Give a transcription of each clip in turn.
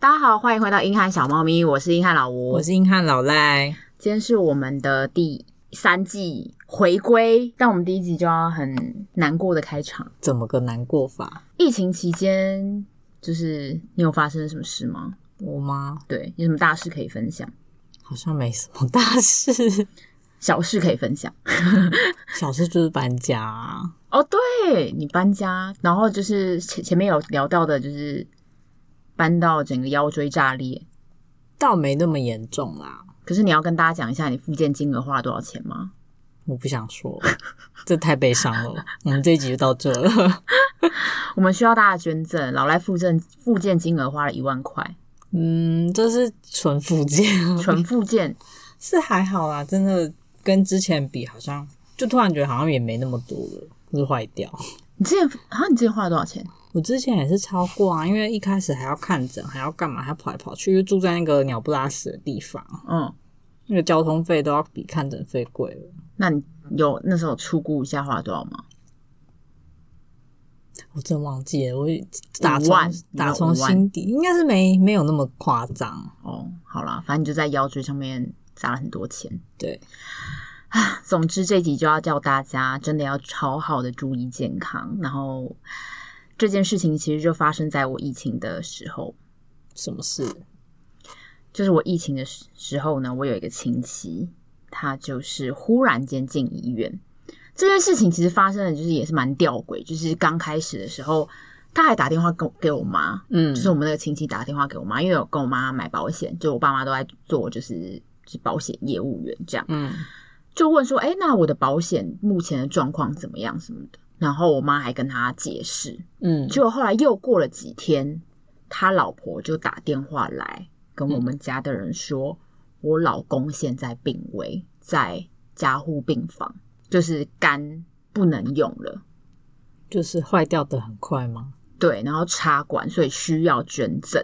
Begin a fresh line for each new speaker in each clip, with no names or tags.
喽，欢迎回到英汉小猫咪，我是英汉老吴
我，是硬汉老赖，
今天是我们的第三季回归，但我们第一集就要很难过的开场。
怎么个难过法？
疫情期间，就是你有发生什么事吗？
我吗？
对，有什么大事可以分享？
好像没什么大事，
小事可以分享
小事就是搬家、啊。
哦。对你搬家，然后就是前前面有聊到的，就是搬到整个腰椎炸裂。
倒没那么严重啦，
可是你要跟大家讲一下，你复健金额花了多少钱吗？
我不想 说，这太悲伤了。我们这一集就到这了。
我们需要大家捐赠，老赖复健复健金额花了一万块，
嗯，这是纯附件，
纯复健
是还好啦，真的跟之前比，好像就突然觉得好像也没那么多了，就是坏掉。
你之前啊，你之前花了多少钱？
我之前也是超过啊，因为一开始还要看诊，还要干嘛，还要跑来跑去，就住在那个鸟不拉屎的地方，
嗯，
那个交通费都要比看诊费贵了。
那你有那时候出估一下花了多少吗？
我真忘记了，我打从
万
打
五
从
万
心底应该是没没有那么夸张。
哦，好啦，反正你就在腰椎上面砸了很多钱。
对，
总之这集就要叫大家真的要好好的注意健康，然后这件事情其实就发生在我疫情的时候，
什么事？
就是我疫情的时时候呢，我有一个亲戚，他就是忽然间进医院。这件事情其实发生的就是也是蛮吊诡，就是刚开始的时候，他还打电话给我给我妈，
嗯
就是我们那个亲戚打电话给我妈，因为我跟我妈买保险，就我爸妈都在做就是就是保险业务员这样，
嗯，
就问说，哎、那我的保险目前的状况怎么样什么的。然后我妈还跟他解释，
嗯，
结果后来又过了几天，他老婆就打电话来跟我们家的人说，我老公现在病危，在加护病房，就是肝不能用了。
就是坏掉的很快吗？
对，然后插管，所以需要捐赠。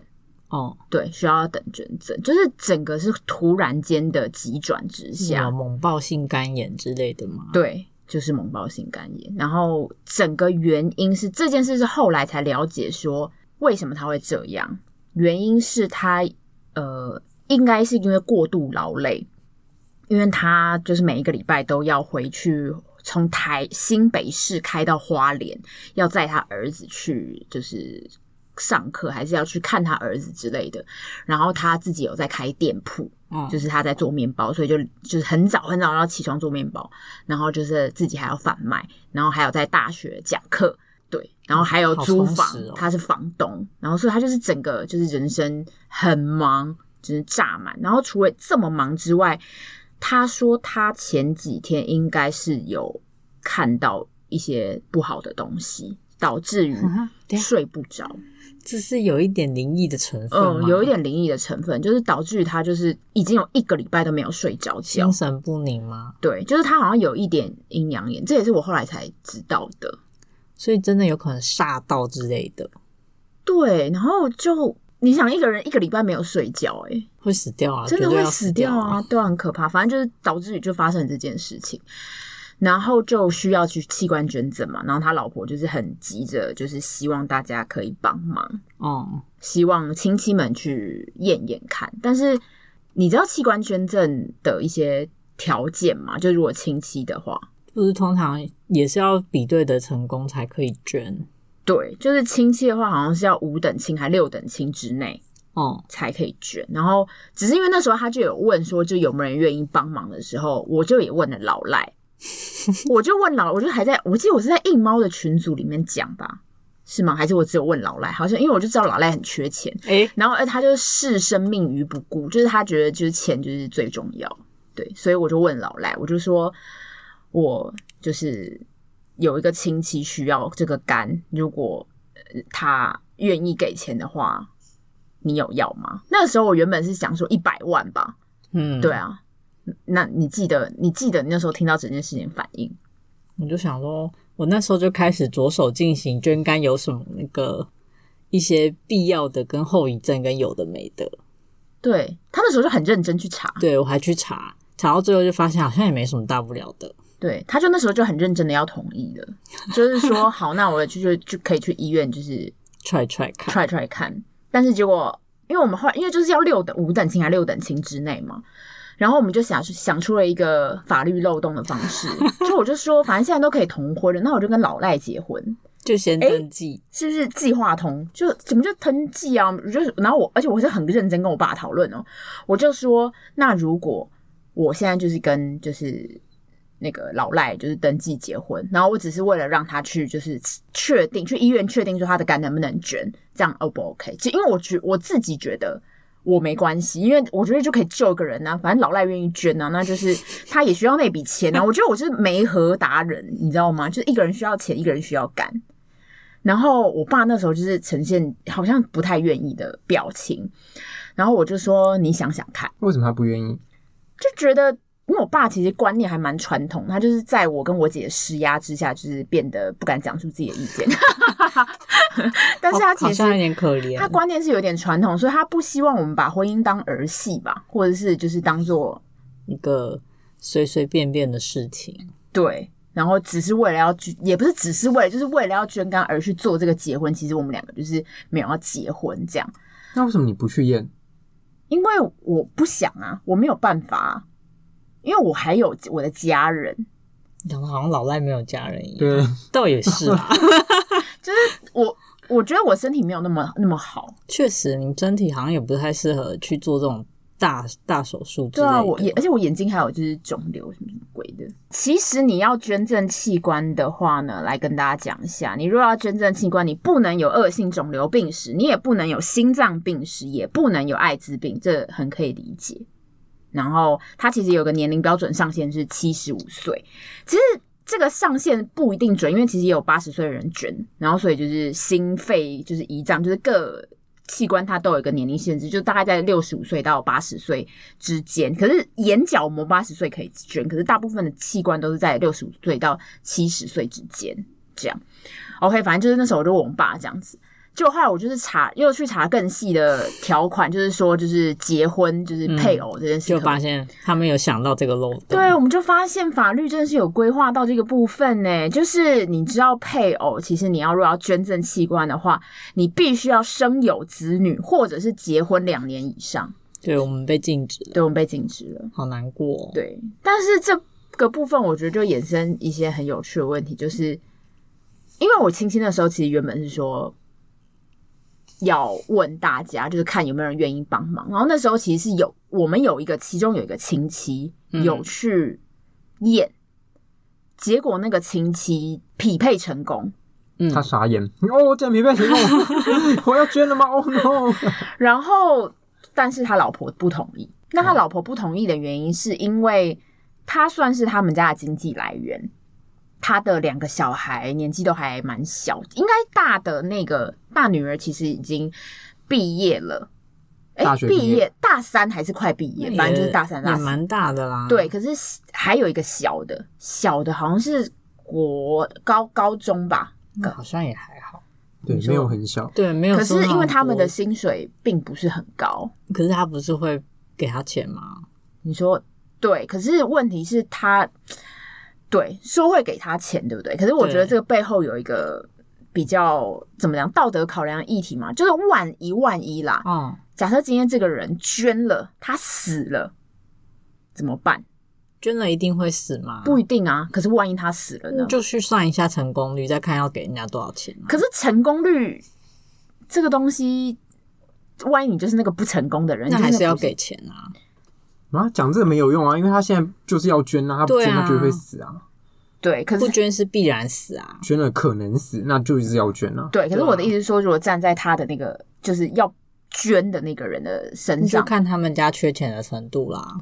哦，
对，需要等捐赠，就是整个是突然间的急转直
什
下
么。猛爆性肝炎之类的吗？，
对，就是猛暴性肝炎。然后整个原因是这件事是后来才了解说为什么他会这样，原因是他呃应该是因为过度劳累，因为他就是每一个礼拜都要回去。从台新北市开到花莲，要载他儿子去，就是上课，还是要去看他儿子之类的。然后他自己有在开店铺，
嗯，
就是他在做面包，所以就就是很早很早要起床做面包，然后就是自己还要贩卖，然后还有在大学讲课，对，然后还有
好
租
充
房，
实哦
他是房东，然后所以他就是整个就是人生很忙，就是炸满。然后除了这么忙之外，他说他前几天应该是有看到一些不好的东西，导致于
啊，对，
睡不着。
这是有一点灵异的成分吗
嗯，有一点灵异的成分，就是导致于他就是已经有一个礼拜都没有睡着觉
心。神不宁吗？
对，就是他好像有一点阴阳眼，这也是我后来才知道的。
所以真的有可能煞到之类的，
对，然后就你想一个人一个礼拜没有睡觉、欸，
会死掉啊，
真的
绝对
会
要
死
死
掉
啊
啊，！对啊，很可怕。反正就是导致于就发生了这件事情，然后就需要去器官捐赠嘛。然后他老婆就是很急着，就是希望大家可以帮忙。
哦，
希望亲戚们去验验看。但是你知道器官捐赠的一些条件吗？就如果亲戚的话，
就是通常也是要比对的成功才可以捐。
对，就是亲戚的话，好像是要五等亲还六等亲之内
哦，
才可以捐。然后只是因为那时候他就有问说，就有没有人愿意帮忙的时候，我就也问了老赖，我就问老，我就还在我记得我是在硬猫的群组里面讲吧。是吗？还是我只有问老赖？好像因为我就知道老赖很缺钱，
哎、
然后，呃，他就是视生命于不顾，就是他觉得就是钱就是最重要，对，所以我就问老赖，我就说，我就是有一个亲戚需要这个肝，如果呃他愿意给钱的话，你有要吗？那时候我原本是想说一百万吧，
嗯，
对，啊，那你记得你记得你那时候听到整件事情反应？
我就想说，我那时候就开始着手进行捐肝，有什么那个一些必要的跟后遗症跟有的没的，
对他那时候就很认真去查，
对我还去查，查到最后就发现好像也没什么大不了的。
对，他就那时候就很认真的要同意了，就是说好，那我就就就可以去医院，就是
踹踹看，
try try 看，但是结果因因为我们后来因为就是要六等五等亲还六等亲之内嘛，然后我们就想想出了一个法律漏洞的方式，就我就说反正现在都可以同婚了，那我就跟老赖结婚，
就先登记。
是不是计划通？就怎么就登记啊？我就然后我而且我是很认真跟我爸讨论哦，我就说那如果我现在就是跟就是。那个老赖就是登记结婚，然后我只是为了让他去，就是确定去医院确定说他的肝能不能捐，这样 O 不 OK？其实因为我觉我自己觉得我没关系，因为我觉得就可以救一个人啊，反正老赖愿意捐啊，那就是他也需要那笔钱啊。我觉得我就是媒合达人，你知道吗？就是一个人需要钱，一个人需要肝。然后我爸那时候就是呈现好像不太愿意的表情，然后我就说你想想看。
为什么他不愿意？
就觉得，因为我爸其实观念还蛮传统，他就是在我跟我姐的施压之下，就是变得不敢讲出自己的意见。但是他
好
其
像有
实
点可怜。
他观念是有点传统，所以他不希望我们把婚姻当儿戏吧，或者是就是当做
一个随随便便的事情，
对，然后只是为了要去，也不是只是为了，就是为了要捐肝而去做这个结婚。其实我们两个就是没有要结婚这样，
那为什么你不去验？
因为我不想啊，我没有办法、啊，因为我还有我的家人，
讲的好像老赖没有家人一样，
对，
倒也是啊啦。
我我觉得我身体没有那么那么好。
确实，你身体好像也不太适合去做这种大大手术之
对
类的。
啊，我也而且我眼睛还有就是肿瘤什么什么鬼的。其实你要捐赠器官的话呢，来跟大家讲一下，你如果要捐赠器官，你不能有恶性肿瘤病史，你也不能有心脏病史，也不能有艾滋病，这很可以理解。然后它其实有个年龄标准上限是七十五岁，其实。这个上限不一定准，因为其实也有八十岁的人捐，然后所以就是心肺、就是胰脏、就是各器官它都有一个年龄限制，就大概在六十五岁到八十岁之间。可是眼角膜八十岁可以捐，可是大部分的器官都是在六十五岁到七十岁之间这样。OK，反正就是那时候我就问我爸这样子。就后来我就是查，又去查更细的条款，就是说，就是结婚，就是配偶这件事、
嗯就
情。
发现他们有想到这个漏洞。
对，我啊们就发现法律真的是有规划到这个部分呢。就是你知道配偶，其实你要如果要捐赠器官的话，你必须要生有子女，或者是结婚两年以上。
对，我们被禁止了，
对，我们被禁止了。
好难过、哦。，
对，但是这个部分我觉得就衍生一些很有趣的问题，就是因为我亲亲的时候，其实原本是说要问大家，就是看有没有人愿意帮忙。然后那时候其实是有我们有一个，其中有一个亲戚
嗯
有去验，结果那个亲戚匹配成功，
嗯，
他傻眼。哦，这样没办 法，我我要捐了吗？Oh no！
然后，但是他老婆不同意。那他老婆不同意的原因是因为他算是他们家的经济来源，他的两个小孩年纪都还蛮小，应该大的那个大女儿其实已经毕业了，哎
大学毕业
毕业大三还是快毕
那
业，
也
反正就是大三大
也
四。
蛮大的啦。
对，，可是还有一个小的，小的好像是国高高中吧，
那好像也还好。
对
你，说
没有很小，
对，没有。
可是因为他们的，薪水并不是很高，
可是他不是会给他钱吗？
你说对，可是问题是他对说会给他钱，对不对？可是我觉得
对
这个背后有一个比较怎么讲道德考量的议题嘛，就是万一万一啦，
哦，
假设今天这个人捐了，他死了怎么办？
捐了一定会死吗？
不一定啊，可是万一他死了呢？
就去算一下成功率，再看要给人家多少钱啊。
可是成功率这个东西，万一你就是那个不成功的人，
那
你就
还
是
是要
不
给钱啊。
啊，讲这个没有用啊，因为他现在就是要捐啊，他不
对
捐
啊
他就会死啊，
对，可
不
是
捐是必然死啊。
捐了可能死，那就是要捐啊。
对，可是
对啊
我的意思是说，如果站在他的那个就是要捐的那个人的身
你就
上，
看他们家缺钱的程度啦。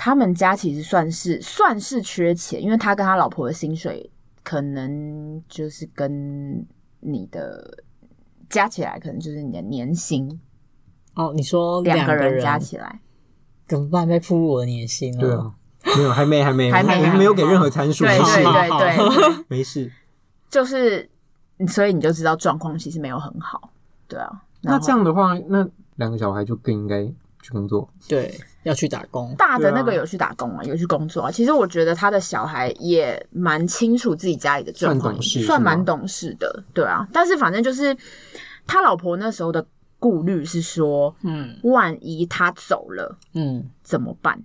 他们家其实算是算是缺钱，因为他跟他老婆的薪水可能就是跟你的加起来，可能就是你的年薪
哦，你说
两个
个人
人加起来，
怎么办？被铺入我的年薪了。
对啊，没有，还没，还没，
还没
我们没有给任何参数，
对
没
对
事，
对 对，对
没事。
就是所以你就知道状况其实没有很好，对啊。
那
然后
这样的话，那两个小孩就更应该去工作。
对要去打工。
大的那个
对啊
有去打工啊，有去工作啊。其实我觉得他的小孩也蛮清楚自己家里的状况，
算懂事是吗
算蛮懂事的，对啊。但是反正就是他老婆那时候的顾虑是说，
嗯
万一她走了
嗯
怎么办？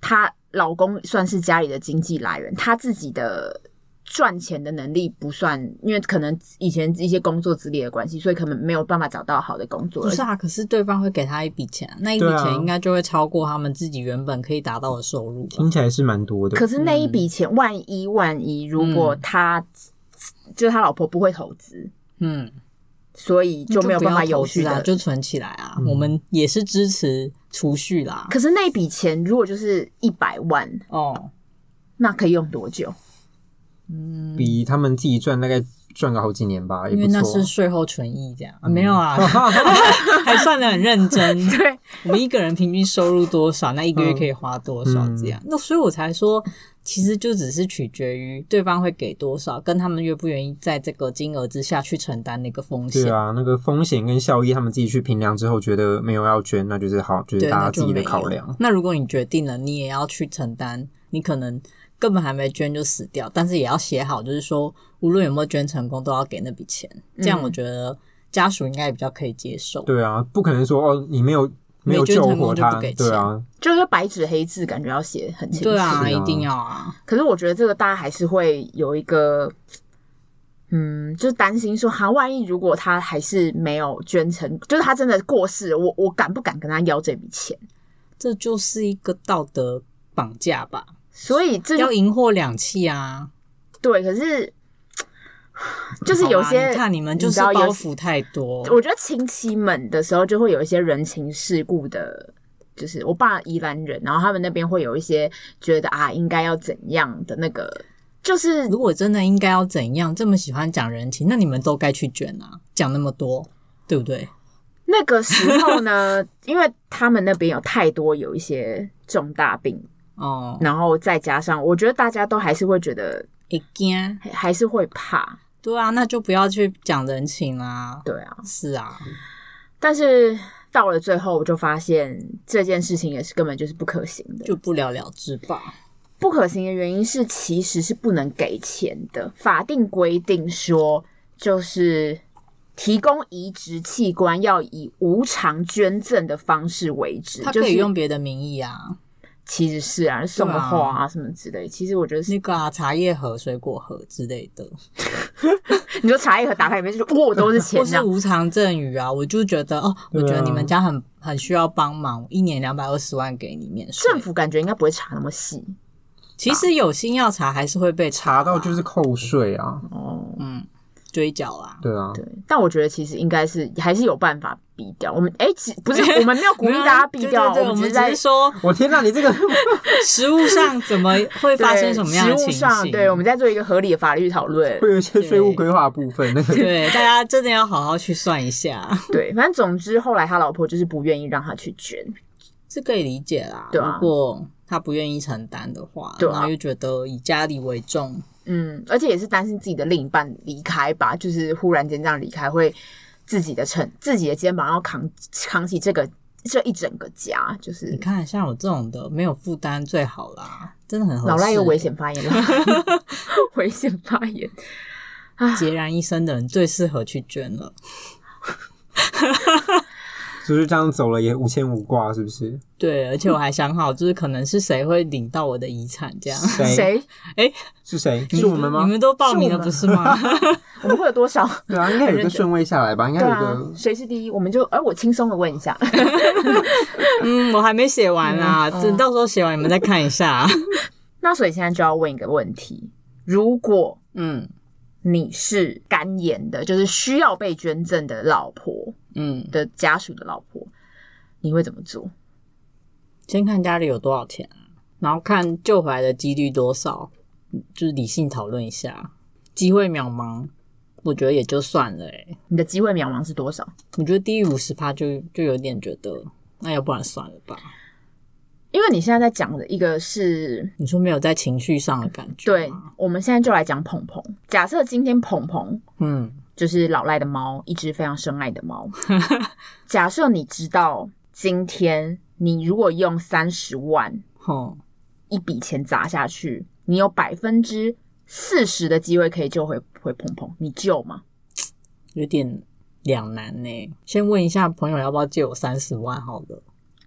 她老公算是家里的经济来源，她自己的赚钱的能力不算，因为可能以前一些工作资历的关系，所以可能没有办法找到好的工作。
不是啊，可是对方会给他一笔钱啊，那一笔
对啊
钱应该就会超过他们自己原本可以达到的收入吧。
嗯
听起来是蛮多的。
可是那一笔钱，万一万一，如果他、嗯就是他老婆不会投资，
嗯，
所以就没有办法有序
那就不要投资啊，
的。
就存起来啊。
嗯
我们也是支持储蓄啦。
可是那一笔钱如果就是一百万，
哦，
那可以用多 久？
嗯，
比他们自己赚大概赚个好几年吧，也
因为
不
那
错。啊
是税后存益这样，
嗯
啊没 有啊， 还算的很认真。
对，
我们一个人平均收入多少，那一个月可以花多少
嗯
这样。那所以我才说，其实就只是取决于对方会给多少，跟他们愿不愿意在这个金额之下去承担那个风险
对。啊，那个风险跟效益，他们自己去评量之后，觉得没有要捐，那就是好，就是
对，
大
那
家
就
自己
没
的
有
考量。。
那如果你决定了，你也要去承担，你可能根本还没捐就死掉，但是也要写好，就是说无论有没有捐成功，都要给那笔钱。这样
嗯
我觉得家属应该也比较可以接受。
对啊，不可能说哦，你没有
没
有
捐
救
成功
活
就不
他，
给
对
钱
啊，
就是白纸黑字，感觉要写很清楚。
对啊，
是
一
啊
定要啊。
可是我觉得这个大家还是会有一个，嗯，就是担心说，哈，万一如果他还是没有捐成，就是他真的过世，我我敢不敢跟他要这笔钱？
这就是一个道德绑架吧，
所以这就
要赢货两气啊！
对，可 是就是有
好啦
些
你看你们就是
知道有
包袱太多，
我觉得亲戚们的时候就会有一些人情世故的，就是我爸宜兰人，然后他们那边会有一些觉得啊应该要怎样的那个，就是
如果真的应该要怎样，这么喜欢讲人情，那你们都该去捐啊！讲那么多，对不对？
那个时候呢，因为他们那边有太多有一些重大病，
哦，
然后再加上我觉得大家都还是会觉得
一惊，
还还是会怕，
对啊，那就不要去讲人情啦。
对啊，
是啊，
但是。到了最后，我就发现这件事情也是根本就是不可行的，
就不了了之吧。
不可行的原因是，其实是不能给钱的。法定规定说，就是提供移植器官要以无偿捐赠的方式为之，
他
就
可
是
以用别的名义啊，
其实是啊，送个花啊什么之类。其实我觉得是，
那个啊，茶叶盒、水果盒之类的，
你说茶叶盒打开里面就是哇，都是钱
或
这
是
样。
无偿赠与啊。我就觉得哦，我
对啊
觉得你们家很很需要帮忙，一年两百二十万给你免税。
政府感觉应该不会查那么细
其实有心要查，还是会被
查
查
到
啦
就是扣税 啊，
哦，
嗯追缴啦。
对啊，
对。但我觉得其实应该是还是有办法避掉。我们哎、其不 是我们没有鼓励
没有啊
大家避掉，
对对对我
们
们
只是
只
在
是 说
我天哪，你这个
食物上怎么会发生什么样的
对食
情
物上，
形？
对，我们在做一个合理的法律讨论。
会有一些税务规划部分，那个
对大家真的要好好去算一下。
对，反正总之后来他老婆就是不愿意让他去捐，
是可以理解啦。
对啊
如果他不愿意承担的话，
对啊
然后又觉得以家里为重，
嗯，而且也是担心自己的另一半离开吧，就是忽然间这样离开会自己的承自己的肩膀要扛扛起这个这一整个家，就
你
是
看像我这种的没有负担最好啦，真的很合适
老赖又危险发言 了，危险发言。
孑然一身的人最适合去捐了。
就是这样走了也无牵无挂，是不是？
对，而且我还想好，就是可能是谁会领到我的遗产这样。
谁
谁？
是谁？是我们吗
啊你？们都报名了不是吗？
我们会有多少？
对啊，应该有一个顺位下来 吧，应该
对
有一
啊
个，。
谁是第一？我们就哎、我轻松的问一下，
嗯，我还没写完啊，
嗯
等到时候写完你们再看 一下。
那所以现在就要问一个问题：如果
嗯
你是肝炎的，就是需要被捐赠的老婆
嗯，
的家属的老婆，你会怎么做？
先看家里有多少钱啊，然后看救回来的几率多少，嗯就是理性讨论一下。机会渺茫，我觉得也就算了、欸。
你的机会渺茫是多少？
我觉得低于五十趴就就有点觉得，那要不然算了吧。
因为你现在在讲的一个是，
你说没有在情绪上的感觉，
对，，我们现在就来讲鹏鹏。假设今天鹏鹏
嗯，
就是老赖的猫，一只非常深爱的猫。假设你知道今天你如果用三十万
吼，
一笔钱砸下去，你有百分之四十的机会可以救回回鹏鹏，你救吗？
有点两难呢、先问一下朋友要不要借我三十万好了。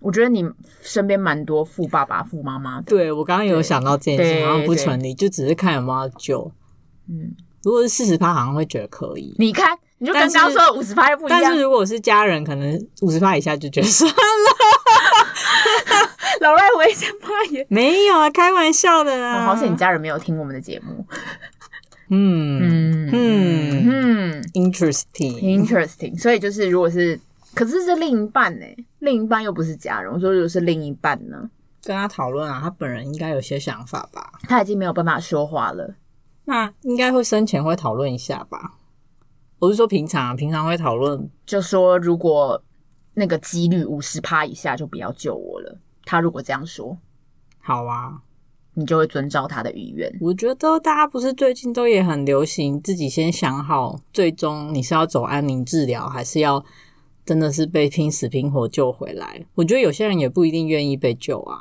我觉得你身边蛮多富爸爸、富妈妈的，
对我刚刚有想到这件事，
对
好像不成立，就只是看有没有救。
嗯，
如果是四十趴，好像会觉得可以。
你看，你就跟
但是
刚刚说的五十趴又不一样。
但是如果是家人，可能五十趴以下就觉 得算了。
老赖我也在发 言。
没有啊，开玩笑的
哦
啊啦。
好险，你家人没有听我们的节目。
嗯
嗯
嗯
嗯
，interesting。
，interesting。所以就是，如果是，可是是另一半呢、另一半又不是家人。我说，如果是另一半呢，
跟他讨论啊，他本人应该有些想法吧？
他已经没有办法说话了。
那应该会生前会讨论一下吧？我是说平常啊，平常会讨论。
就说如果那个几率五十趴以下，就不要救我了。他如果这样说，
好啊，
你就会遵照他的意愿。
我觉得大家不是最近都也很流行自己先想好，最终你是要走安宁治疗，还是要真的是被拼死拼活救回来？我觉得有些人也不一定愿意被救啊，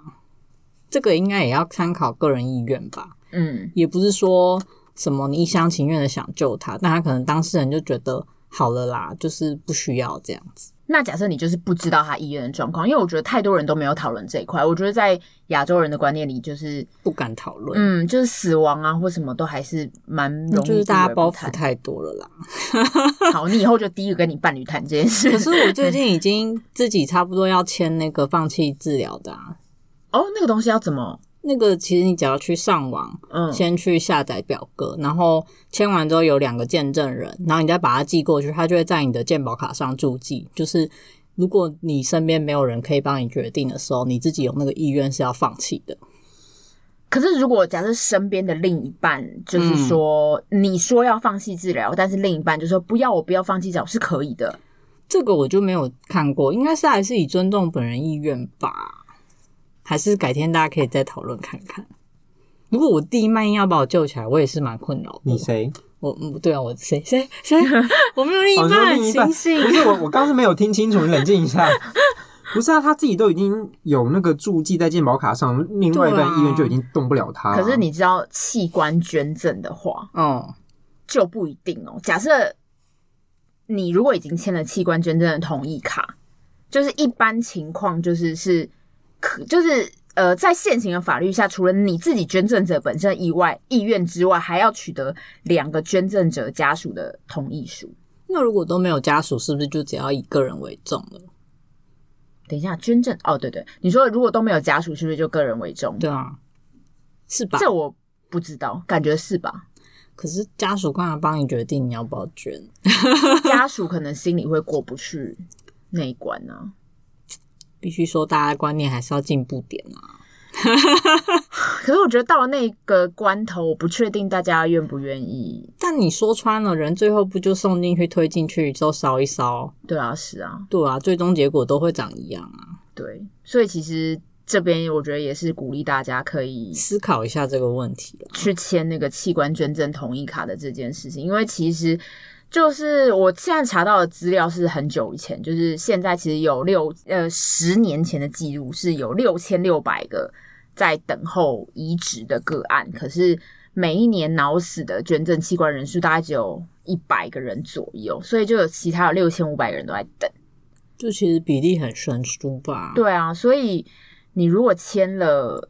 这个应该也要参考个人意愿吧。
嗯
也不是说什么你一厢情愿的想救他，但他可能当事人就觉得好了啦，就是不需要这样子。
那假设你就是不知道他意愿的状况，因为我觉得太多人都没有讨论这一块。我觉得在亚洲人的观念里，就是
不敢讨论，
嗯，就是死亡啊或什么都还是蛮
那
容易
就是大
避而不
家包袱
谈。
太多了啦。
好，你以后就低于跟你伴侣谈这件事。
可是我最近已经自己差不多要签那个放弃治疗的啊，
哦，那个东西要怎么？
那个其实你只要去上网，
嗯，
先去下载表格，然后签完之后有两个见证人，然后你再把它寄过去，它就会在你的健保卡上注记。就是如果你身边没有人可以帮你决定的时候，你自己有那个意愿是要放弃的。
可是如果假设身边的另一半
嗯
就是说、你说要放弃治疗，但是另一半就说不要，我不要放弃治疗是可以的。
这个我就没有看过，应该是还是以尊重本人意愿吧，还是改天大家可以再讨论看看。如果我弟万一要把我救起来，我也是蛮困扰
你
的。
谁？
我嗯，对啊，我谁谁谁， 我没有另
哦
一
你说
半，
另一半
醒醒
不！是 我，我刚是没有听清楚，你冷静一下。不是啊，他自己都已经有那个注记在健保卡上，另外一
对啊
半医院就已经动不了
啊
他了。
可是你知道器官捐赠的话
哦，
就不一定哦。假设你如果已经签了器官捐赠的同意卡，就是一般情况就是是可就是。呃，在现行的法律下，除了你自己捐赠者本身意外意愿之外，还要取得两个捐赠者家属的同意书。
那如果都没有家属，是不是就只要以个人为重了？
等一下，捐赠哦，对对，你说如果都没有家属，是不是就个人为重？
对啊，是吧？
这我不知道，感觉是吧？
可是家属刚才帮你决定你要不要捐，
家属可能心里会过不去那一关呢、
必须说大家观念还是要进步点啊。
可是我觉得到了那个关头，我不确定大家愿不愿意。
但你说穿了，人最后不就送进去、推进去之后烧一烧？
对啊，是啊，
对啊，最终结果都会长一样啊。
对，所以其实这边我觉得也是鼓励大家可以
思考一下这个问题啦
去签那个器官捐赠同意卡的这件事情，因为其实就是我现在查到的资料是很久以前，就是现在其实有六呃十年前的记录是有六千六百个在等候移植的个案，可是每一年脑死的捐赠器官人数大概只有一百个人左右，所以就有其他有六千五百个人都在等。
就其实比例很悬殊吧。，
对啊，所以你如果签了，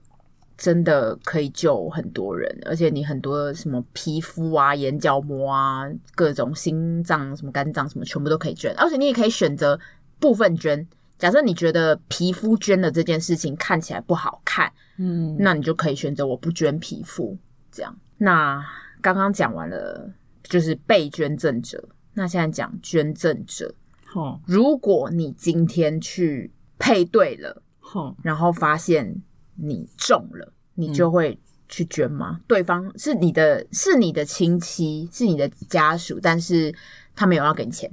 真的可以救很多人，而且你很多什么皮肤啊、眼角膜啊、各种心脏、什么肝脏什么，全部都可以捐，而且你也可以选择部分捐。假设你觉得皮肤捐的这件事情看起来不好看，
嗯，
那你就可以选择我不捐皮肤这样。那刚刚讲完了，就是被捐赠者，那现在讲捐赠者，
好
如果你今天去配对了。
好，
然后发现你中了，你
嗯
就会去捐吗？对方是你的，是你的亲戚，是你的家属，但是他没有要给你钱，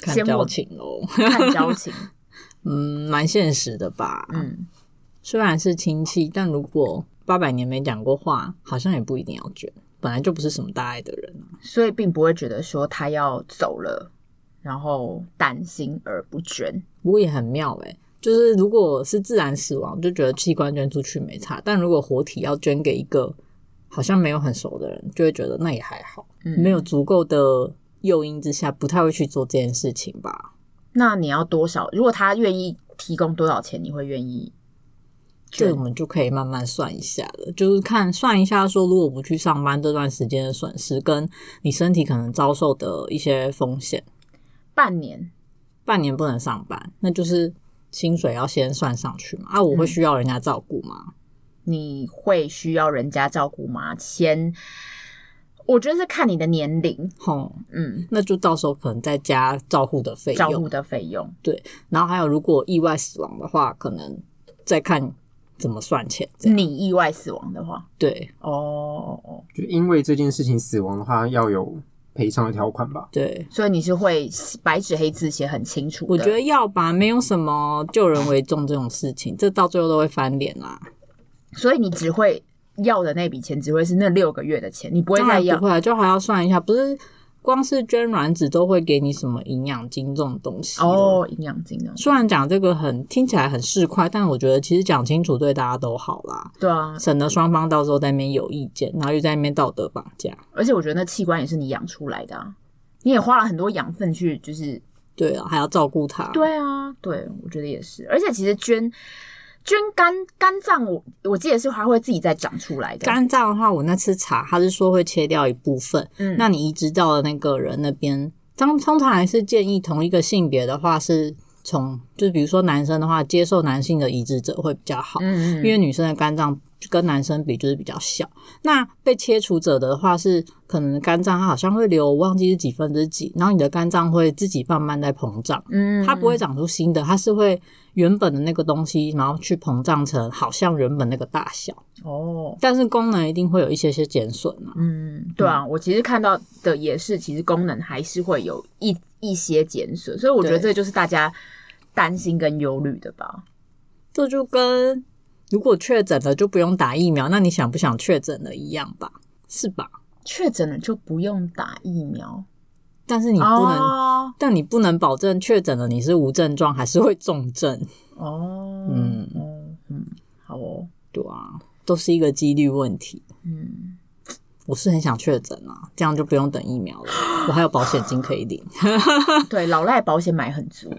看
先问
交情喽。
看交 情。
嗯，蛮现实的吧。
嗯，
虽然是亲戚，但如果八百年没讲过话，好像也不一定要捐。本来就不是什么大爱的人、啊，
所以并不会觉得说他要走了，然后担心而不捐。
不过也很妙诶、就是如果是自然死亡，就觉得器官捐出去没差；但如果活体要捐给一个好像没有很熟的人，就会觉得那也还好，
嗯
没有足够的诱因之下，不太会去做这件事情吧。
那你要多少？如果他愿意提供多少钱，你会愿意？
这我们就可以慢慢算一下了，就是看算一下说，如果不去上班这段时间的损失，跟你身体可能遭受的一些风险。
半年
半年不能上班，那就是薪水要先算上去嘛。啊，我
嗯
会需要人家照顾吗？
你会需要人家照顾吗？先，我觉得是看你的年龄，
吼、
嗯，
那就到时候可能再加照护的费
照
用
顾。的费用，
然后还有，如果意外死亡的话，可能再看怎么算钱。这样
你意外死亡的话，
对
哦哦哦，
就因为这件事情死亡的话，要有赔偿的条款吧？
对，
所以你是会白纸黑字写很清楚的。
我觉得要吧，没有什么救人为重这种事情，这到最后都会翻脸啦。
所以你只会要的那笔钱，只会是那六个月的钱，你不会
当
再
然
要
不。会啊，就还要算一下，不是光是捐卵子都会给你什么营养金这种东西了
哦，营养金哦，
虽然讲这个很听起来很市侩，但我觉得其实讲清楚对大家都好啦，
对啊，
省得双方到时候在那边有意见，然后又在那边道德绑架。
而且我觉得那器官也是你养出来的啊，你也花了很多养分去，就是
对啊，还要照顾他。，
对啊，对，我觉得也是。而且其实捐捐肝肝脏我，我记得是还会自己再长出来的。
肝脏的话，我那次查，他是说会切掉一部分。
嗯，
那你移植到了那个人那边，当通常还是建议同一个性别的话是从，就比如说男生的话，接受男性的移植者会比较好。
嗯嗯，
因为女生的肝脏跟男生比就是比较小。那被切除者的话是可能肝脏它好像会留，我忘记是几分之几，然后你的肝脏会自己慢慢在膨胀，
嗯
它不会长出新的，它是会原本的那个东西，然后去膨胀成好像原本那个大小，
哦。
但是功能一定会有一些些减损啊。
嗯，对啊，我其实看到的也是，其实功能还是会有一一些减损，所以我觉得
对
这就是大家担心跟忧虑的吧。
这就跟如果确诊了就不用打疫苗，那你想不想确诊了一样吧？是吧？
确诊了就不用打疫苗，
但是你不能，
哦
但你不能保证确诊了你是无症状还是会重症。
哦，
嗯
嗯嗯，好哦，
对啊，都是一个几率问题。
嗯，
我是很想确诊啊，这样就不用等疫苗了，我还有保险金可以领，
嗯对，老赖保险买很足。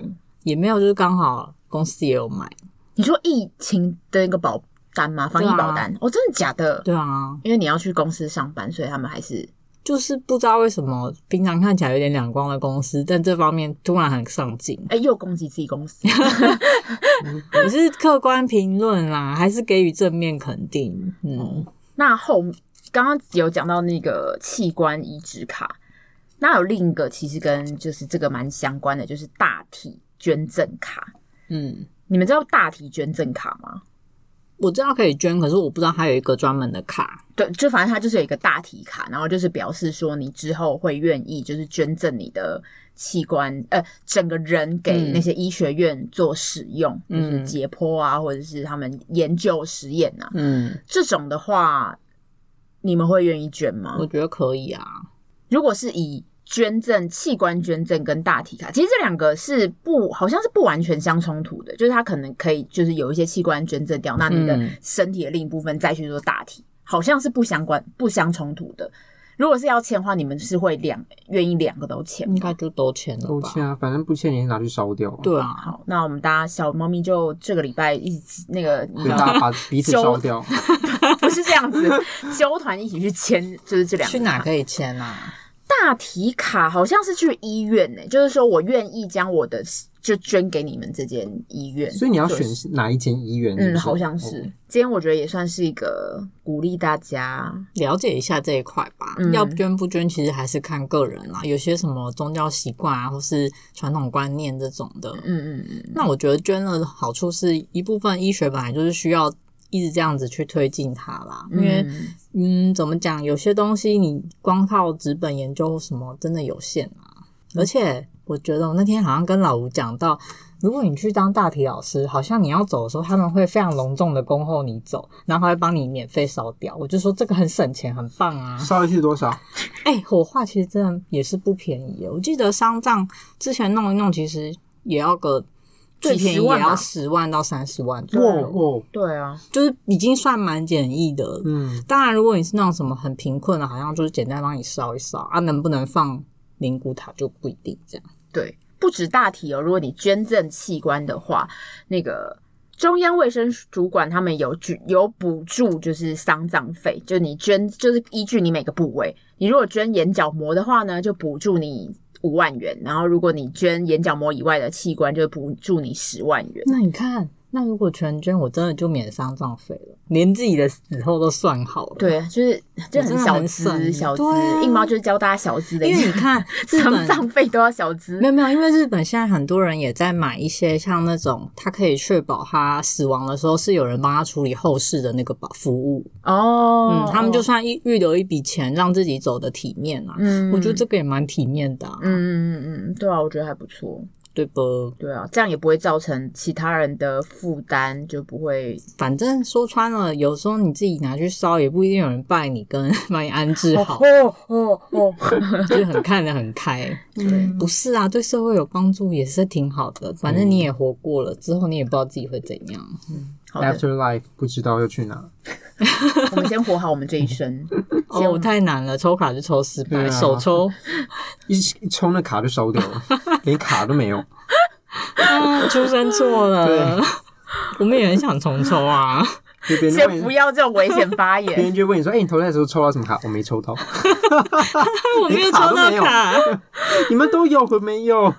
也没有就是刚好公司也有买。
你说疫情的那个保单吗？防疫保单？哦，真的假的？
对啊，
因为你要去公司上班，所以他们还是
就是不知道为什么平常看起来有点两光的公司，但这方面突然很上进。
哎、又攻击自己公司。
你是客观评论啦， 还是给予正面肯定？嗯，
那后刚刚有讲到那个器官移植卡，那有另一个其实跟就是这个蛮相关的，就是大体捐赠卡。
嗯，
你们知道大体捐赠卡吗？
我知道可以捐，可是我不知道它有一个专门的卡。
对，就反正它就是有一个大体卡，然后就是表示说你之后会愿意就是捐赠你的器官，呃，整个人给
嗯
那些医学院做使用，就是
嗯
解剖啊，或者是他们研究实验啊，
嗯，
这种的话，你们会愿意捐吗？
我觉得可以啊。
如果是以捐赠器官捐赠跟大体卡，其实这两个是不好像是不完全相冲突的，就是它可能可以就是有一些器官捐赠掉，那你的
嗯
身体的另一部分再去做大体，好像是不相关不相冲突的。如果是要签的话，你们是会两愿意两个都签吗
应该就都签了吧？
都欠啊，反正不欠也拿去烧掉啊，
对啊，
好，那我们大家小猫咪就这个礼拜一起那个你
所
知
以
道
大家把彼此烧掉。
不是这样子，纠团一起去签，就是这两个
去哪
卡
可以签啊？
大体卡好像是去医院呢、就是说我愿意将我的就捐给你们这间医院，
所以你要
对
选哪一间医院？是
嗯，
不是
好像是。
哦
今天我觉得也算是一个鼓励大家，
了解一下这一块吧。
嗯
要捐不捐，其实还是看个人啦。有些什么宗教习惯啊，或是传统观念这种的，
嗯嗯嗯，
那我觉得捐的好处是一部分医学本来就是需要一直这样子去推进它啦，因为
嗯
嗯，怎么讲，有些东西你光靠纸本研究什么真的有限
嗯
啊。而且我觉得我那天好像跟老吴讲到，如果你去当大体老师，好像你要走的时候，他们会非常隆重的恭候你走，然后还会帮你免费烧掉。我就说这个很省钱，很棒啊！
哦烧一次多少？
哎、火化其实真的也是不便宜耶。我记得丧葬之前弄一弄，其实也要个最便
几
宜
十万
也
吧
要十万到三十万左
哇
右，
哇，
对啊，
就是已经算蛮简易的。
嗯，
当然，如果你是那种什么很贫困的，好像就是简单帮你烧一烧啊，能不能放灵骨塔就不一定这样。
对，不止大体哦，如果你捐赠器官的话，那个中央卫生主管他们有举有补助，就是丧葬费，就你捐就是依据你每个部位，你如果捐眼角膜的话呢，就补助你。五万元，然后如果你捐眼角膜以外的器官，就补助你十万元。
那你看，那如果全捐，我真的就免丧葬费了，连自己的死后都算好了。
对，就是就
我真
很
的
小
很
资，
省
小资
对啊。
硬猫就是教大家小资的，
因为你 看日
丧
本
葬费都要小资
没。有没有，因为日本现在很多人也在买一些像那种，它可以确保他死亡的时候是有人帮他处理后事的那个保服务。
哦
嗯，他们就算预预留一笔钱，让自己走的体面啊。
嗯
我觉得这个也蛮体面的、啊，
嗯嗯嗯嗯，对啊，我觉得还不错。
对不？
对啊，这样也不会造成其他人的负担，就不会
反正说穿了，有时候你自己拿去烧，也不一定有人拜你跟 把你安置好，
哦哦哦，
就是很看得很开。
对
不是啊，对社会有帮助也是挺好的。反正你也活过了，之后你也不知道自己会怎样。
好的，
After life 不知道要去哪，
我们先活好我们这一生。
嗯
先
哦，太难了，抽卡就抽失败，
对啊
手 抽。
一一抽那卡就烧掉 了，连卡都没有。
啊，出生错了
对。
我们也很想重抽啊，
就别人就
先不
问，
要这种危险发
别
言，
人就问你说：“哎、你投胎的时候抽到什么卡？”我没抽到，
我没有抽到
连
卡
卡。 你们都有，我没有，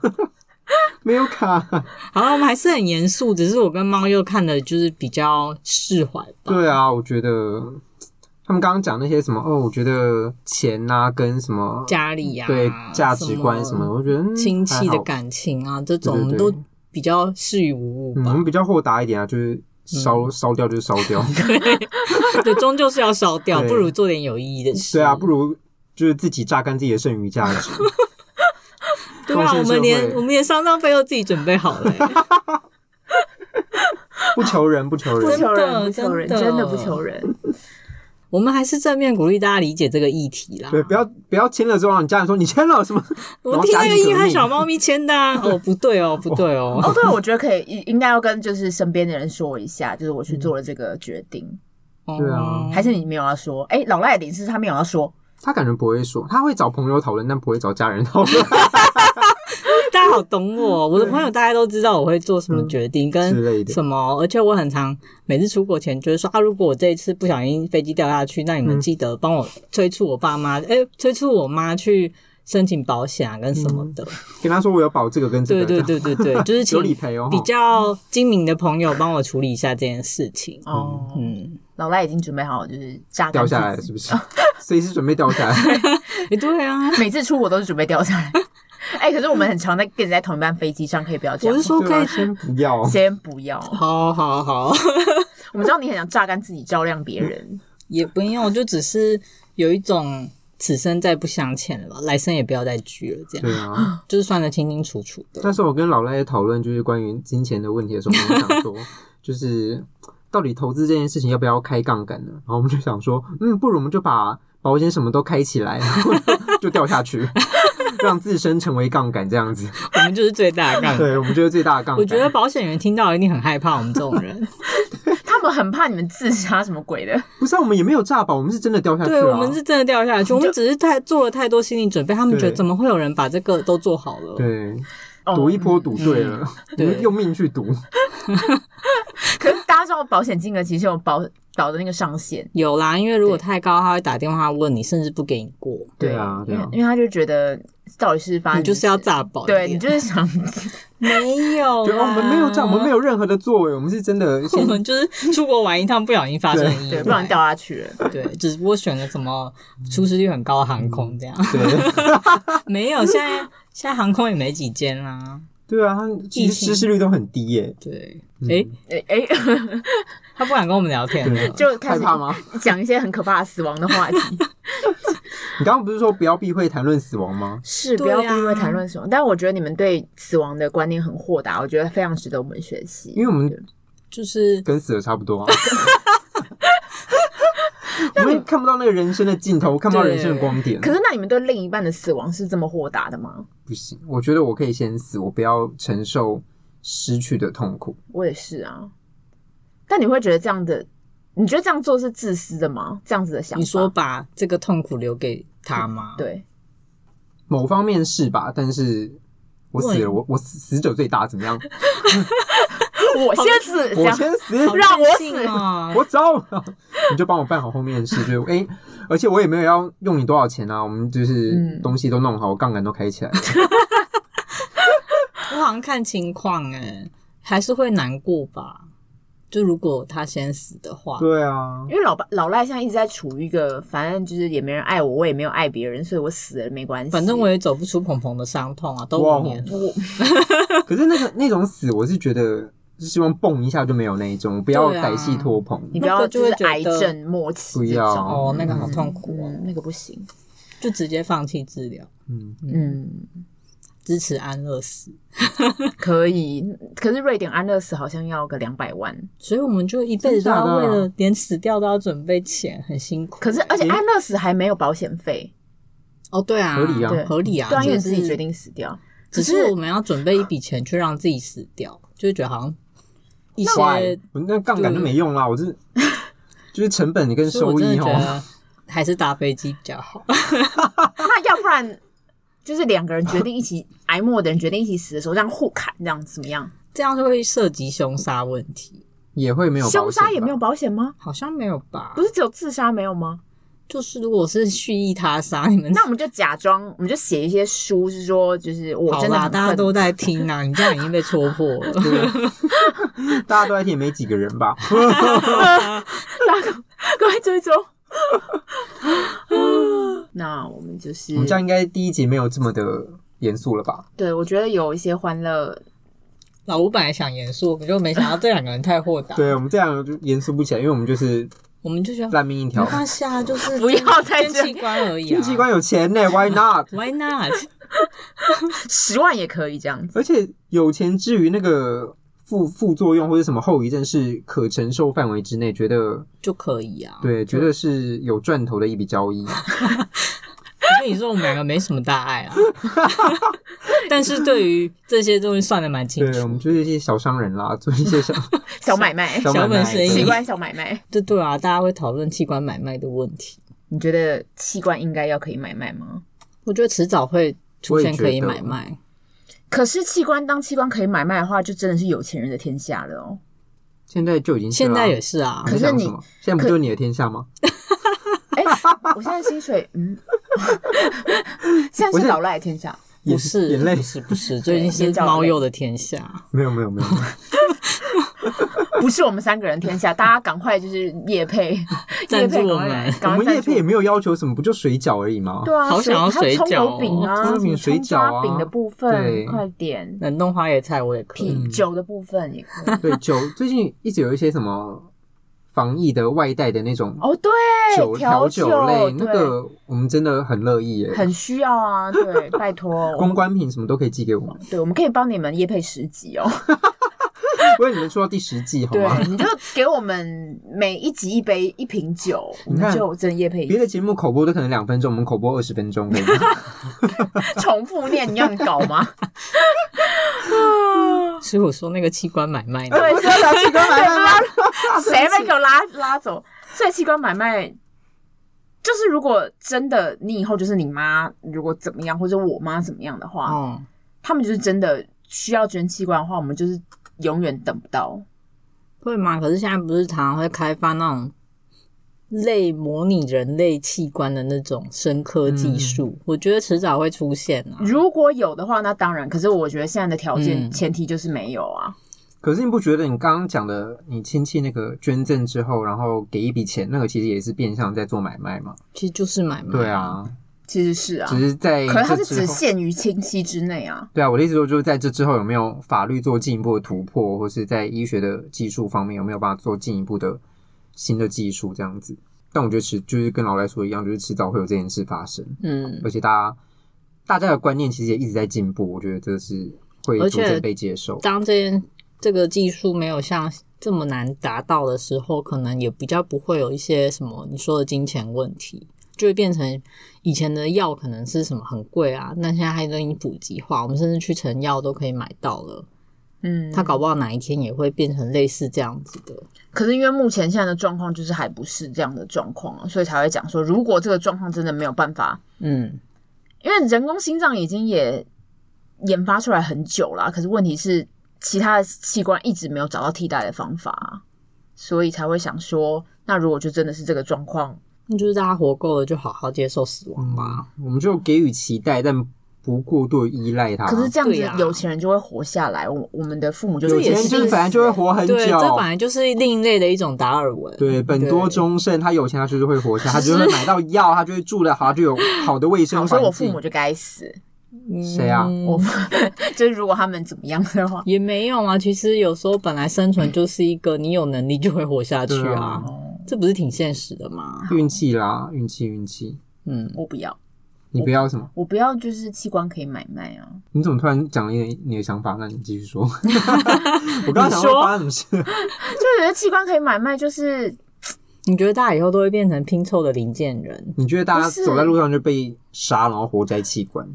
没有卡。
好了，我们还是很严肃，只是我跟猫又看的就是比较释怀吧。
对啊，我觉得他们刚刚讲那些什么哦，我觉得钱呐、跟什么
家里呀、
对价值观什么，我觉得嗯
啊亲戚
还
的
好
感情啊，这种
对
我们
对
都
对
比较视于无物
嗯，我
吧
们。比较豁达一点啊，就是
嗯
烧烧、掉就是烧掉，
对，终究是要烧 掉，
对
不如做点有意义的事。
对啊，不如就是自己榨干自己的剩余价值。
对啊，
贡
我
献社
们连
会
我们连丧葬费都自己准备好了、 欸
不求人，不求
不
人。
求人，不
真的
求人，
真的
真的不求人。
我们还是正面鼓励大家理解这个议题啦。
对，不要不要签了之后，你家人说你签了什么？
我听那个硬汉小猫咪签的、啊，哦，不对哦，不对哦。
哦，对，我觉得可以，应应该要跟就是身边的人说一下，就是我
嗯
去做了这个决定，
对啊
哦
还是你没有要说？哎，老赖的是他没有要说，
他感觉不会说，他会找朋友讨论，但不会找家人 讨论
大家好懂我，我的朋友大家都知道我会做什么决定
嗯之
跟
类的。
什么，哦而且我很常每次出国前就是说啊，如果我这一次不小心飞机掉下去，那你们
嗯
记得帮我催促我爸妈，哎、催促我妈去申请保险啊，跟什么的。
跟他说我有保这个跟嗯这
对
个，
对对对对，就是
有
请
理赔哦。
比较精明的朋友帮我处理一下这件事情。
哦，
嗯，
老赖已经准备好就是炸
掉
干
下来
自己
是不
哦
是？ 随时准备 掉下来。
哎，对啊，
每次出国都是准备掉下来。 哎、可是我们很常在跟人在同一班飞机上，可以不要这
我
样
是。说
对
可
啊，
以，
先不要。
先不要，
好好好。
我们知道你很想榨干自己，照亮别人。
也不用，就只是有一种此生再不相欠了吧，来生也不要再聚了，这样
对啊，
就是算得清清楚楚的。
但是我跟老赖在讨论就是关于金钱的问题的时候，我们 想说，就是到底投资这件事情要不要开杠杆呢？然后我们就想说，嗯，不如我们就把保险什么都开起来， 然后就就掉 下去，让自身成为杠杆这样子。
我们就是最大的杠杆。
对，我们就是最大的杠杆。
我觉得保险员听到一定很害怕我们这种 人，
他们很怕你们自杀什么鬼的，
不是、啊，我们也没有炸保，我们是真的掉下去、啊。
对我们是真的掉下去，我们只是太做了太多心理准备，他们觉得
对
怎么会有人把这个都做好了？
对
哦
赌一波赌对了，
嗯
我
对啊
们用命去赌。
可是大家知道保险金额其实有保保的那个上限，
有啦，因为如果
对
太高，他会打电话问你，甚至不给你过，
对啊
因
对
为
啊
因为他就觉得到底是发生
你就是要
什么
炸保
事，
一
对
点。嗯
你就是想，
没有
对，
啦，
哦我 们没有这样，我们没有任何的作为，我们是真的
我
先
们就是出国玩一趟，不小心发生意
对，
外，
不然掉下去了。
对，只不过选了什么出事率很高的航空 这样。
对
没有，现在现在航空也没几间啦。
对啊，其
疫
实
情
失事率都很低耶、
对，
嗯
诶，
哎、哎、
他不敢跟我们聊天了
对。啊
就开
害
始
怕吗？
讲一些很可怕的死亡的 话题，
你刚刚不是说不要避讳谈论死亡吗？
是不
对啊
要避讳谈论死亡。但我觉得你们对死亡的观念很豁达，我觉得非常值得我们学习。
因为我们
就是
跟死了差不多、 啊。我们看不到那个人生的尽头，看不到人生的光点。
可是，那你们对另一半的死亡是这么豁达的吗？
不行，我觉得我可以先死，我不要承受失去的痛苦。
我也是啊。但你会觉得这样的，你觉得这样做是自私的吗？这样子的想法，嗯
你说把这个痛苦留给他吗？，
对，
某方面是吧？但是我死
喂
了，我我死死者最大，怎么样？
我先死，这
我
样
先死，
好
让我
任性
死
啊！
我走，你就帮我办好后面的事。就是哎、而且我也没有要用你多少钱啊，我们就是
嗯
东西都弄好，杠杆都 开起来了。
我好像看情况哎、还是会难过吧。就如果他先死的话，
对啊，
因为老爸老赖现在一直在处于一个，反正就是也没人爱我，我也没有爱别人，所以我死了没关系。
反正我也走不出鹏鹏的伤痛啊，都
哇
五年了。
我
可是那个那种死，我是觉得是希望蹦一下就没有那一种，不要
对啊
歹戏拖棚。
你不要
那个就会
是癌
觉得
症末期
不
这
要
种，
哦，那个好痛苦哦，
嗯，那个不行，
就直接放弃治疗，
嗯，
嗯，
支持安乐死。
可以。可是瑞典安乐死好像要个两百万，
所以我们就一辈子都要
真的
为
假的
了连死掉都要准备钱，很辛苦。
可是而且
诶
安乐死还没有保险费，
哦，对啊，
合理啊
对
合理啊，
对啊，因为你
只
自
是
己决，定死掉。
只
可
是
是
我们要准备一笔钱去让自己死掉，就会觉得好像一
坏
些，，
我那杠杆就没用啦。我是就是成本跟
所以
收
我真
益
的觉
哦，
得还是搭飞机比较 好。
那要不然就是两个人决定一起挨默的人决定一起死的时候，让互砍，这样怎么样？
这样就会涉及凶杀问题，
也会没有保险吧
凶杀也没有，保险吗？
好像没有吧
不？是只有自杀没有吗？
就是如果是蓄意他杀，你们
嗯
那我们就假装，我们就写一些书，是说就是我
好
真的
啦，
很
大家
愤
都在听 啊，你这样已经被戳破了。
大家都在听，也没几个人 吧。
大家 各位追踪。那我们就是
我们这样应该第一集没有这么的严肃了吧？
对，我觉得有一些欢乐，
老吴本来想严肃，可就没想到这两个人太豁达，
对，我们这样就严肃不起来，因为我们就是
我们就觉得
烂命一
没
条。
关系啊，就是
不要再
天气官而已啊。
经济官有钱呢，Why not？
Why not？
十万也可以这样子。
而且有钱之余，那个副副作用或者什么后遗症是可承受范围之内，觉
哦
得
就可以啊。
对，觉得是有赚头的一笔 交易。
我跟你说，我们两个没什么大碍啊， 但是对于这些东西算的蛮清
对，我
楚
们。就是一些小商人啦，做一 些小
小买卖，
小买
小
卖
本生意
器
对
官小买卖，
对对啊，大家会讨论器官买卖的问题，
你觉得器官应该要可以买卖吗？
我觉得迟早会出现可
我
以
也觉得
买卖。
可是器官当器官可以买卖的话，就真的是有钱人的天下了哦。
现在就已经是
现在
啦
也是 啊，
可是
想
你
什么？现在不就是你的天下吗？
哎、我现在薪水，嗯， 现在是老赖的天下。
不
眼
是
眼泪
不是不是，最近是
眼角
猫
泪
鼬的天下。
没有没 有没有，没有
不是我们三个人天下，大家赶快就是夜 配，
赞
夜
助
配
我们
赶快
我们
赞
叶
助
片也没有要求什么，不就水饺而已吗？
对啊，
好想要
水
水饺
还有葱油饼啊，
哦葱油饼
什么葱抓
水饺啊
饼的部
对嗯
分，快点，
冷冻花椰菜我也可以，
啤酒的部分也可以。
对，酒最近一直有一些什么防疫的外带的那种
哦，对，
酒调
调
酒类，那
对
个我们真的很乐意耶。
很需要啊，对，拜 托，我
公
们
关品什么都可以寄给 我们，
对，我们可以帮你们夜配十集哦。
为你们出到第十季好
对
吗？，
你就给我们每一集一杯一瓶酒，我
你看
们就真的夜配一
别
集，
的节目口播都可能两分钟，我们口播二十分钟可 以吗？
重复念，你要你搞吗？
所以我说那个器官买卖 呢，
对，
不是要聊器官买卖吗？
谁被给我拉拉走？所以器官买卖，就是如果真的你以后就是你妈如果怎么样，或者我妈怎么样的话，
哦
嗯，
他们就是真的需要捐器官的话，我们就是永远等不到。
会吗？可是现在不是常常会开发那种类模拟人类器官的那种生科技术，我觉得迟早会出现啊。
如果有的话，那当然。可是我觉得现在的条件、
嗯
前提就是没有啊。
可是你不觉得你刚刚讲的，你亲戚那个捐赠之后，然后给一笔钱，那个其实也是变相在做买卖嘛？
其实就是买卖，
对，啊，
其实是啊，
只是在
可是它
这
是
之
只
后，
限于亲戚之内啊。
对啊，我的意思说就是在这之后有没有法律做进一步的突破，或是在医学的技术方面有没有办法做进一步的新的技术这样子？但我觉得迟就是跟老来说一样，就是迟早会有这件事发生，
嗯，
而且大家大家的观念其实也一直在进步，我觉得这是会
而
逐
且
渐被接受。
当这件这个技术没有像这么难达到的时候，可能也比较不会有一些什么你说的金钱问题，就会变成以前的药可能是什么很贵啊，那现在它都已经普及化，我们甚至去成药都可以买到了。
嗯，
它搞不好哪一天也会变成类似这样子的。
可是因为目前现在的状况就是还不是这样的状况啊，所以才会讲说，如果这个状况真的没有办法
嗯，
因为人工心脏已经也研发出来很久了，可是问题是其他的器官一直没有找到替代的方法啊，所以才会想说，那如果就真的是这个状况，
那就是大家活够了就好好接受死亡吧。
我们就给予期待，但不过度依赖它。
可是这样子
对啊
有钱人就会活下来，我我们的父母就
有
这
钱
也
人
是
就是反正就会活很久
对，，这本来就是另类的一种达尔文。
嗯对，本多终身，他有钱，他就是会活下，他就会买到药，他就会住的好，他就有好的卫生
所以我
环
父
境
母。就该死。
嗯，
谁啊
我 就是如果他们怎么样的话，
也没有啊。其实有时候本来生存就是一个你有能力就会活下去
对
啊
啊，
这不是挺现实的吗？
运气啦，运气，运气。
嗯，
我不要，
你不要什么？
我不要，就是器官可以买卖啊。
你怎么突然讲了你的你的想法？那你继续说。我刚刚想说发生什么事？
就觉得器官可以买卖，就是
你觉得大家以后都会变成拼凑的零件人？
你觉得大家
不是
走在路上就被杀，然后活摘器官，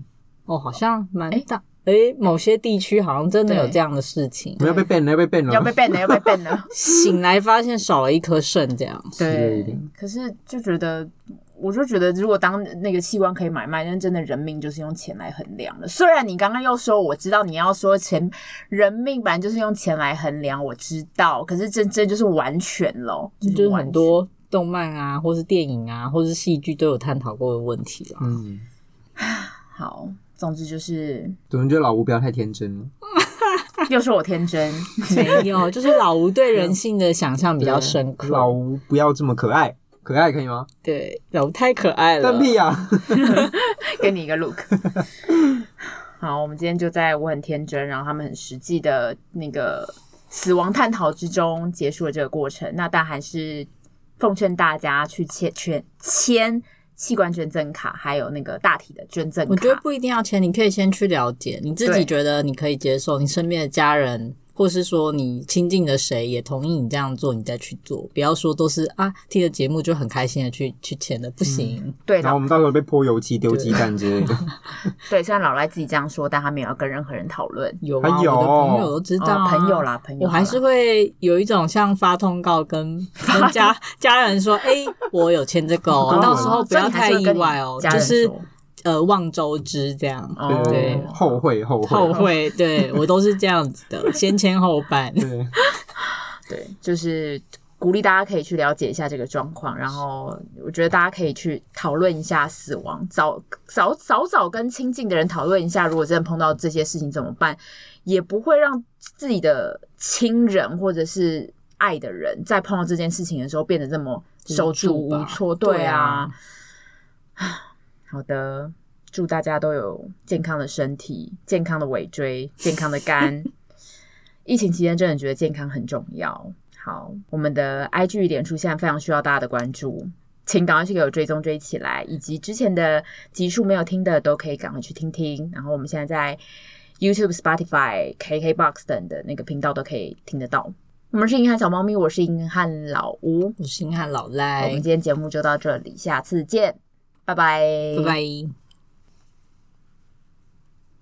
哦，好像蛮
诶
大。诶，某些地区好像真的有
对
这样的事情
我。们要被 ban 了，要被 ban 了，
要被 ban 了，要被 ban 了。
醒来发现少了一颗肾，这样。
之类的。
可是就觉得，我就觉得，如果当那个器官可以买卖，但真的人命就是用钱来衡量的。虽然你刚刚又说，我知道你要说钱，人命本来就是用钱来衡量，我知道。可是这这就是完全咯，
就是
完
嗯很
全。
多动漫啊，或是电影啊，或是戏剧都有探讨过的问题啊 啦。
嗯，
好，总之就是
总之，老吴不要太天真了。
又说我天真，
没有，就是老吴对人性的想象比较深刻。
老吴不要这么可爱，可爱可以吗？
对老吴太可爱了
但，屁啊！
给你一个 look。好，我们今天就在我很天真，然后他们很实际的那个死亡探讨之中结束了这个过程。那但还是奉劝大家去签签签器官捐赠卡，还有那个大体的捐赠卡。
我觉得不一定要签，你可以先去了解你自己
对
觉得你可以接受，你身边的家人。或是说你亲近的谁也同意你这样做，你再去做，不要说都是啊听了节目就很开心的去去签的，不行。
对
然后我
老
们到时候被泼油漆、丢鸡蛋之类的。
对，虽然老赖自己这样说，但他没有要跟任何人讨论。
有
还
啊，
有
我的朋友都知道、
哦
啊
朋友啦，朋友
我
啦，
还是会有一种像发通告跟 跟家家人说，哎、我有签这个、 哦，
哦
到时候不
所以
要
你还
太
是会
意
跟你
外哦，
家
就
人
是
说
呃望周知这样，
哦
对
后悔后
后
悔。
悔，对我都是这样子的，先签后办。
对，
对，就是鼓励大家可以去了解一下这个状况，然后我觉得大家可以去讨论一下死亡，早早早早跟亲近的人讨论一下，如果真的碰到这些事情怎么办，也不会让自己的亲人或者是爱的人在碰到这件事情的时候变得这么手足
无助吧
无措。
对
对啊
啊，
好的。祝大家都有健康的身体、健康的尾椎、健康的肝。疫情期间真的觉得健康很重要。好，我们的 IG 与脸书现在非常需要大家的关注，请赶快去给我追踪追起来，以及之前的集数没有听的都可以赶快去听听。然后我们现在在 YouTube、Spotify、KKBox 等的那个频道都可以听得到。我们是银汉小猫咪，我是银汉老吴。
啊我是硬汉老
我
赖
们，今天节目就到这里，下次见，拜拜，
拜拜。